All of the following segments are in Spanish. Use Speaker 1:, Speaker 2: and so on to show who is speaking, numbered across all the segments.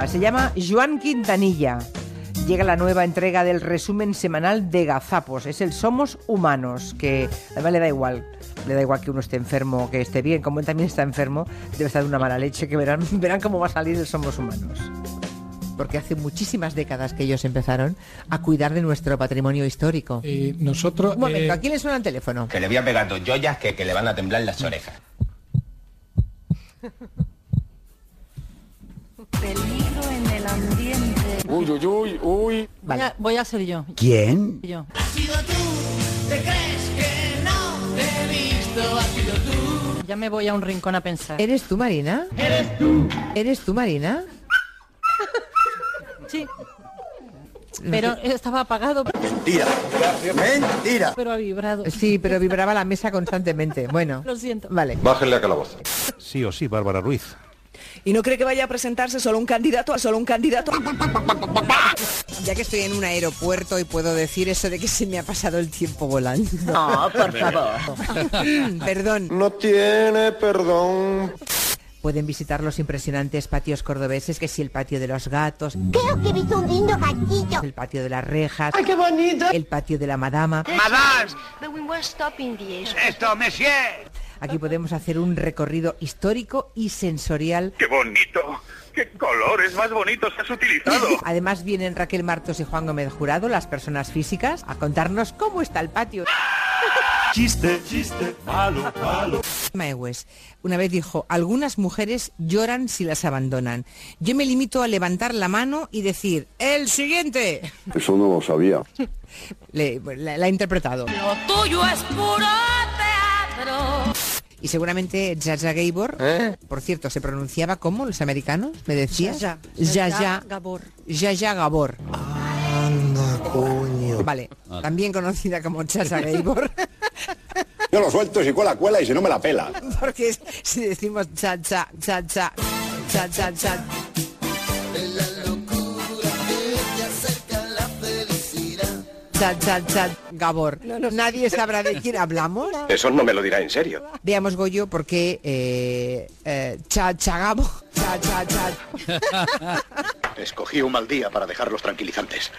Speaker 1: Ah, Se llama Joan Quintanilla. Llega la nueva entrega del resumen semanal de Gazapos. Es el Somos Humanos, que además le da igual. Le da igual que uno esté enfermo o que esté bien. Como él también está enfermo, debe estar de una mala leche, que verán, verán cómo va a salir el Somos Humanos.
Speaker 2: Porque hace muchísimas décadas que ellos empezaron a cuidar de nuestro patrimonio histórico.
Speaker 3: Eh, nosotros.
Speaker 2: Un momento,
Speaker 3: eh,
Speaker 2: ¿a quién le suena el teléfono?
Speaker 4: Que le voy a pegar dos joyas que, que le van a temblar las orejas.
Speaker 5: Peligro en el ambiente.
Speaker 6: Uy, uy, uy, uy.
Speaker 2: Vale.
Speaker 5: Voy, a, voy a ser yo.
Speaker 7: ¿Quién?
Speaker 5: Yo. Ya me voy a un rincón a
Speaker 8: Eh,
Speaker 5: pensar.
Speaker 2: ¿Eres tú, Marina? ¿Eres tú? ¿Eres tú, Marina?
Speaker 5: Sí. Pero estaba apagado,
Speaker 6: Mentira. Mentira.
Speaker 5: pero ha vibrado.
Speaker 2: Sí, pero vibraba la mesa constantemente. Bueno.
Speaker 5: Lo siento.
Speaker 2: Vale.
Speaker 6: Bájenle a calabozo.
Speaker 9: Sí o sí, Bárbara Ruiz.
Speaker 10: y no cree que vaya a presentarse solo un candidato a solo un candidato.
Speaker 2: Ya que estoy en un aeropuerto y puedo decir eso de que se me ha pasado el tiempo volando.
Speaker 7: No, por favor.
Speaker 2: Perdón.
Speaker 6: No tiene perdón.
Speaker 2: Pueden visitar los impresionantes patios cordobeses, que si el patio de los gatos,
Speaker 11: Creo que he visto un lindo gatillo.
Speaker 2: el patio de las rejas, ¡ay qué bonito! El patio de la madama.
Speaker 11: But we won't stop in the air.
Speaker 2: Aquí podemos hacer un recorrido histórico y sensorial. ¡Qué bonito! ¡Qué colores más bonitos has utilizado! Además vienen Raquel Martos y Juan Gómez Jurado, las personas físicas, a contarnos cómo está el patio.
Speaker 9: Chiste, chiste, malo, malo.
Speaker 2: Maewes una vez dijo, algunas mujeres lloran si las abandonan. Yo me limito a levantar la mano y decir, ¡el siguiente!
Speaker 6: Eso no lo sabía.
Speaker 2: Le- la, la ha interpretado.
Speaker 5: Lo tuyo es puro teatro.
Speaker 2: Y seguramente Jaja Gabor, por cierto, se pronunciaba como los americanos, me decías.
Speaker 5: Jaja.
Speaker 2: Jaja.
Speaker 5: Gabor.
Speaker 2: Jaja Gabor. Vale, también conocida como Chacha Gabor,
Speaker 6: Yo lo suelto si cuela, cuela y si no me la pela.
Speaker 2: porque es- si decimos Chacha, Chacha, Chacha, Chacha. Cha, cha, cha, Gabor. Nadie sabrá de quién hablamos.
Speaker 6: Eso no me lo dirá en serio.
Speaker 2: Veamos, Goyo, por qué eh, eh, cha, cha, Gabo. Cha, cha, cha.
Speaker 6: Escogí un mal día para dejar los tranquilizantes.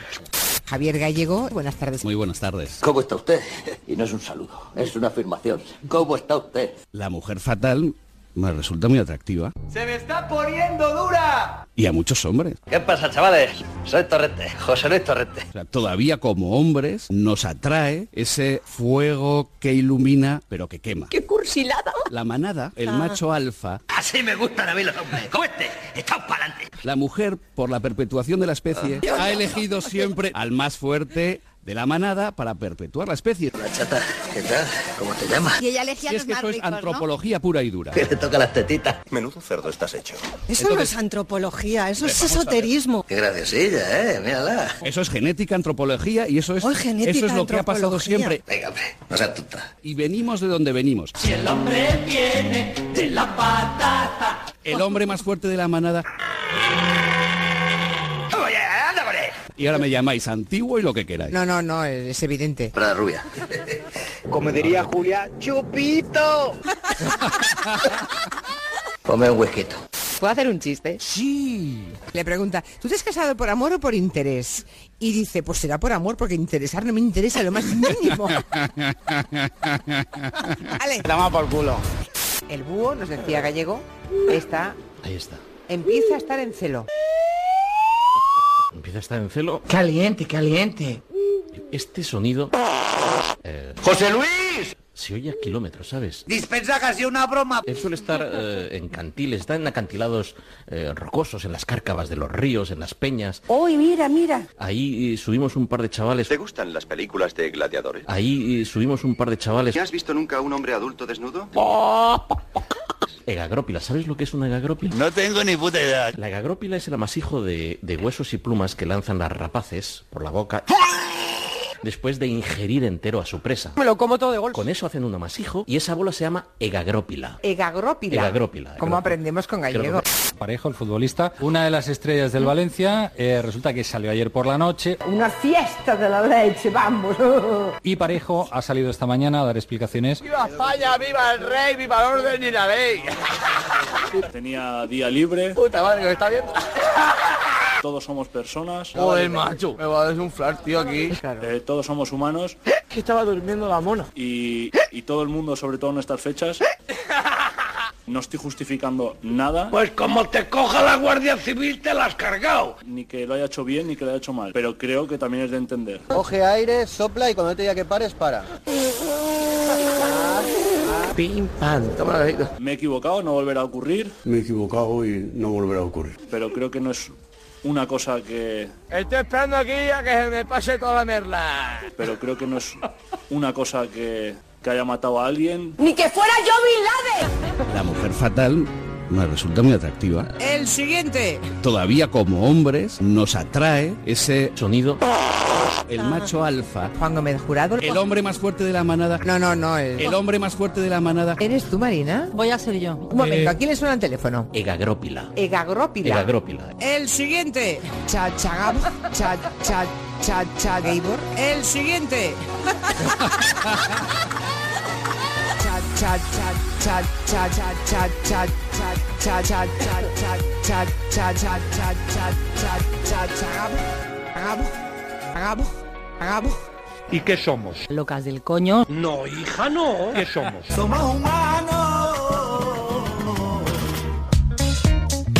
Speaker 2: Javier Gallego, buenas tardes.
Speaker 12: Muy buenas tardes.
Speaker 4: ¿Cómo está usted? Y no es un saludo, es una afirmación. ¿Cómo está usted?
Speaker 12: La mujer fatal me resulta muy atractiva.
Speaker 10: Se me está poniendo dura.
Speaker 12: Y a muchos hombres.
Speaker 4: ¿Qué pasa, chavales? Soy Torrente, José Luis Torrente.
Speaker 12: O sea, todavía como hombres nos atrae ese fuego que ilumina pero que quema.
Speaker 11: ¡Qué cursilada!
Speaker 12: La manada, el macho alfa,
Speaker 4: Así me gustan a mí los hombres. Como este, echaos para adelante.
Speaker 12: la mujer por la perpetuación de la especie ha elegido siempre al más fuerte de la manada para perpetuar la especie.
Speaker 4: La chata, ¿qué tal? ¿Cómo te llamas?
Speaker 11: Y ella elegía
Speaker 12: Si es que eso es antropología pura y dura.
Speaker 4: Que le toca las tetitas. Menudo cerdo estás hecho.
Speaker 5: Eso no es antropología, eso es esoterismo.
Speaker 4: Qué graciosilla, ¿eh? Mírala.
Speaker 12: Eso es genética, antropología y eso es,
Speaker 5: Oh, genética,
Speaker 12: eso es lo que ha pasado
Speaker 5: antropología.
Speaker 12: siempre.
Speaker 4: Venga, hombre, no seas tonta.
Speaker 12: Y venimos de donde venimos. Si el hombre viene de la patata. El hombre más fuerte de la manada.
Speaker 4: Oye, anda por ahí.
Speaker 12: Y ahora me llamáis antiguo y lo que queráis.
Speaker 2: No, no, no, es evidente.
Speaker 4: Para la rubia.
Speaker 10: Como diría Julia, chupito.
Speaker 4: Come un huesquito.
Speaker 10: ¿Puedo hacer un chiste?
Speaker 12: Sí.
Speaker 2: Le pregunta, ¿tú te has casado por amor o por interés? Y dice, pues será por amor, porque interesar no me interesa lo más mínimo. vale.
Speaker 6: por culo.
Speaker 1: El búho, nos decía Gallego, está,
Speaker 12: Ahí está.
Speaker 1: empieza a estar en celo.
Speaker 9: Empieza a estar en celo.
Speaker 10: Caliente, caliente.
Speaker 9: Este sonido eh,
Speaker 4: ¡José Luis!
Speaker 9: se oye a kilómetros, ¿sabes?
Speaker 4: Dispensa casi una broma.
Speaker 9: Él suele estar eh, en cantiles, está en acantilados eh, rocosos, en las cárcavas de los ríos, en las peñas.
Speaker 11: ¡Uy, mira, mira!
Speaker 9: Ahí eh, subimos un par de chavales.
Speaker 6: ¿Te gustan las películas de gladiadores?
Speaker 9: Ahí eh, subimos un par de chavales.
Speaker 6: ¿Ya has visto nunca a un hombre adulto desnudo?
Speaker 9: Egagrópila, ¿sabes lo que es una egagrópila?
Speaker 4: No tengo ni puta edad.
Speaker 9: La egagrópila es el amasijo de, de huesos y plumas que lanzan las rapaces por la boca después de ingerir entero a su presa.
Speaker 1: Me lo como todo de golpe.
Speaker 9: Con eso hacen un amasijo y esa bola se llama egagrópila.
Speaker 1: Egagrópila.
Speaker 9: Egagrópila,
Speaker 1: Como
Speaker 9: egagrópila.
Speaker 1: aprendemos con gallego.
Speaker 9: Creo
Speaker 3: Parejo, el futbolista, una de las estrellas del Valencia, eh, resulta que salió ayer por la noche
Speaker 13: Una fiesta de la leche, vamos.
Speaker 3: y Parejo ha salido esta mañana a dar explicaciones.
Speaker 13: ¡Viva España! ¡Viva el rey! ¡Viva el orden y la ley!
Speaker 14: Tenía día libre.
Speaker 13: Puta madre, ¿me está viendo?
Speaker 14: Todos somos personas.
Speaker 13: Joder, macho. Me va a desunflar, tío, aquí.
Speaker 14: Eh, todos somos humanos.
Speaker 13: Que estaba durmiendo la mona.
Speaker 14: Y, y todo el mundo, sobre todo en estas fechas. No estoy justificando nada. Pues como te coja la Guardia Civil te la has cargado. Ni que lo haya hecho bien ni que lo haya hecho mal. Pero creo que también es de entender.
Speaker 15: Coge aire, sopla y cuando te diga que pares, para.
Speaker 14: Pim, Me he equivocado, no volverá a ocurrir.
Speaker 16: Me he equivocado y no volverá a ocurrir.
Speaker 14: Pero creo que no es una cosa que...
Speaker 13: Estoy esperando aquí a que se me pase toda la merla.
Speaker 14: Pero creo que no es una cosa que, que haya matado a alguien.
Speaker 13: ¡Ni que fuera yo Bin Laden!
Speaker 12: La mujer fatal me resulta muy atractiva.
Speaker 2: El siguiente.
Speaker 12: Todavía como hombres nos atrae ese sonido. El macho alfa.
Speaker 2: Juan Gómez Jurado.
Speaker 12: El hombre más fuerte de la manada.
Speaker 2: No, no, no. El,
Speaker 12: el hombre más fuerte de la manada.
Speaker 2: ¿Eres tú, Marina?
Speaker 1: Voy a ser yo.
Speaker 2: Un momento, ¿a quién le suena el teléfono?
Speaker 9: Egagrópila.
Speaker 2: Egagrópila.
Speaker 9: Egagrópila.
Speaker 2: El siguiente. Cha chagam. Cha cha cha cha Gabor. El siguiente. Cha cha cha cha cha cha cha cha cha cha cha cha cha cha cha cha cha cha cha cha cha chagam. Agabo. Agabo. Agabo.
Speaker 17: ¿Y qué somos?
Speaker 8: Locas del coño.
Speaker 17: No, hija, no. ¿Qué somos?
Speaker 13: Somos humanos.